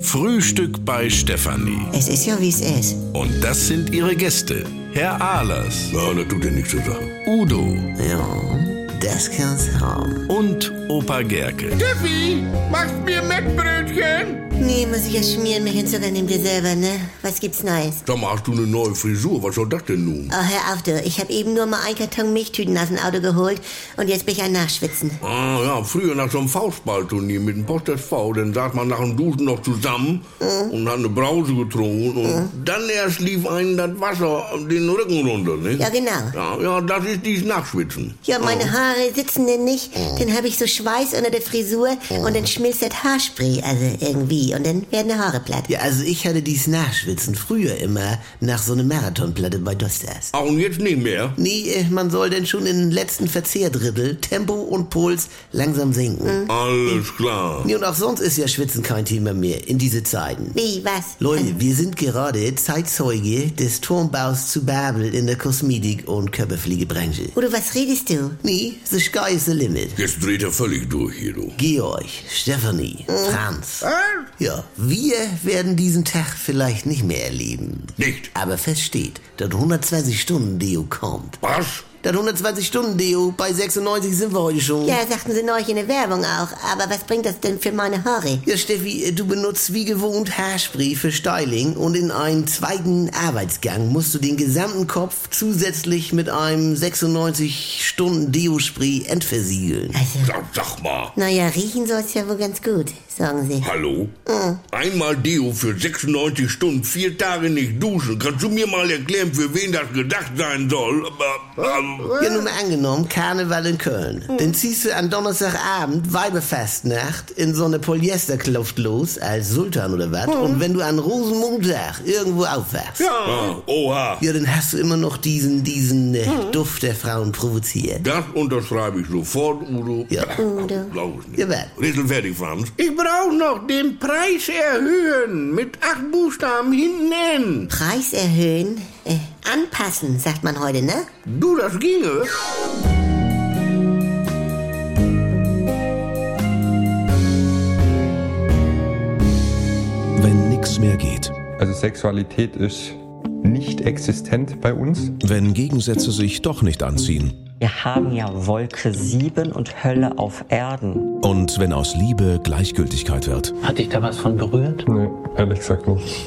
Frühstück bei Stefanie. Es ist ja, wie es ist. Und das sind ihre Gäste. Herr Ahlers, Ja, das tut dir nichts zu sagen. Udo Ja, das kann's haben. und Opa Gerke. Steffi, machst mir Mettbrötchen? Nee, muss ich ja schmieren, mich in Zucker nehmt ihr selber, ne? Was gibt's Neues? Sag mal, hast du eine neue Frisur? Was soll das denn nun? Oh, hör auf, du. Ich habe eben nur mal einen Karton Milchtüten aus dem Auto geholt und jetzt bin ich ein Nachschwitzen. Ah, ja, früher nach so einem Faustballturnier mit dem Post SV, dann saß man nach dem Duschen noch zusammen Äh? und hat eine Brause getrunken und dann erst lief einem das Wasser den Rücken runter, ne? Ja, genau. Ja, ja, das ist dieses Nachschwitzen. Ja, meine Haare sitzen denn nicht, dann habe ich so Schweiß unter der Frisur und dann schmilzt das Haarspray, also irgendwie, und dann werden die Haare platt. Ja, also ich hatte dieses Nachschwitzen früher immer nach so einer Marathonplatte bei Dosters. Auch Ah, und jetzt nicht mehr. Nee, äh, man soll denn schon in den letzten Verzehrdrittel Tempo und Puls langsam sinken. Alles klar. Nee, und auch sonst ist ja Schwitzen kein Thema mehr in diese Zeiten. Wie, was? Also, Leute, wir sind gerade Zeitzeuge des Turmbaus zu Babel in der Kosmetik- und Körperpflegebranche. Udo, was redest du? Nee, the sky is the limit. Jetzt dreht er völlig durch hier, du. Georg, Stefanie, Franz. Äh? Ja, wir werden diesen Tag vielleicht nicht mehr erleben. Nicht. Aber fest steht, dass 120 Stunden Deo kommt. Was? Das 120 Stunden Deo, bei 96 sind wir heute schon. Ja, sagten sie neulich in der Werbung auch, aber was bringt das denn für meine Haare? Ja, Steffi, du benutzt wie gewohnt Haarspray für Styling und in einem zweiten Arbeitsgang musst du den gesamten Kopf zusätzlich mit einem 96 Stunden Deo-Spray entversiegeln. Also, Sag, sag mal. naja, riechen soll's ja wohl ganz gut, sagen sie. Hallo? Äh. Einmal Deo für 96 Stunden, vier Tage nicht duschen. Kannst du mir mal erklären, für wen das gedacht sein soll? Aber, ähm, Ja, nun mal angenommen, Karneval in Köln. Dann ziehst du am Donnerstagabend, Weiberfastnacht, in so eine Polyesterkluft los, als Sultan oder was. Und wenn du an Rosenmontag irgendwo aufwachst, ah, oha, ja, dann hast du immer noch diesen, diesen äh, Duft der Frauen provoziert. das unterschreibe ich sofort, Udo. Ja. Udo. Glaub ich nicht. Ja, was? Rätsel fertig, Franz. Ich brauch noch den Preis erhöhen mit acht Buchstaben hinten N. Preis erhöhen, äh, anpassen, sagt man heute, ne? Du, das ginge. Wenn nichts mehr geht. Also Sexualität ist nicht existent bei uns. Wenn Gegensätze sich doch nicht anziehen. Wir haben ja Wolke 7 und Hölle auf Erden. Und wenn aus Liebe Gleichgültigkeit wird. Hat dich da was von berührt? Nee, ehrlich gesagt nicht.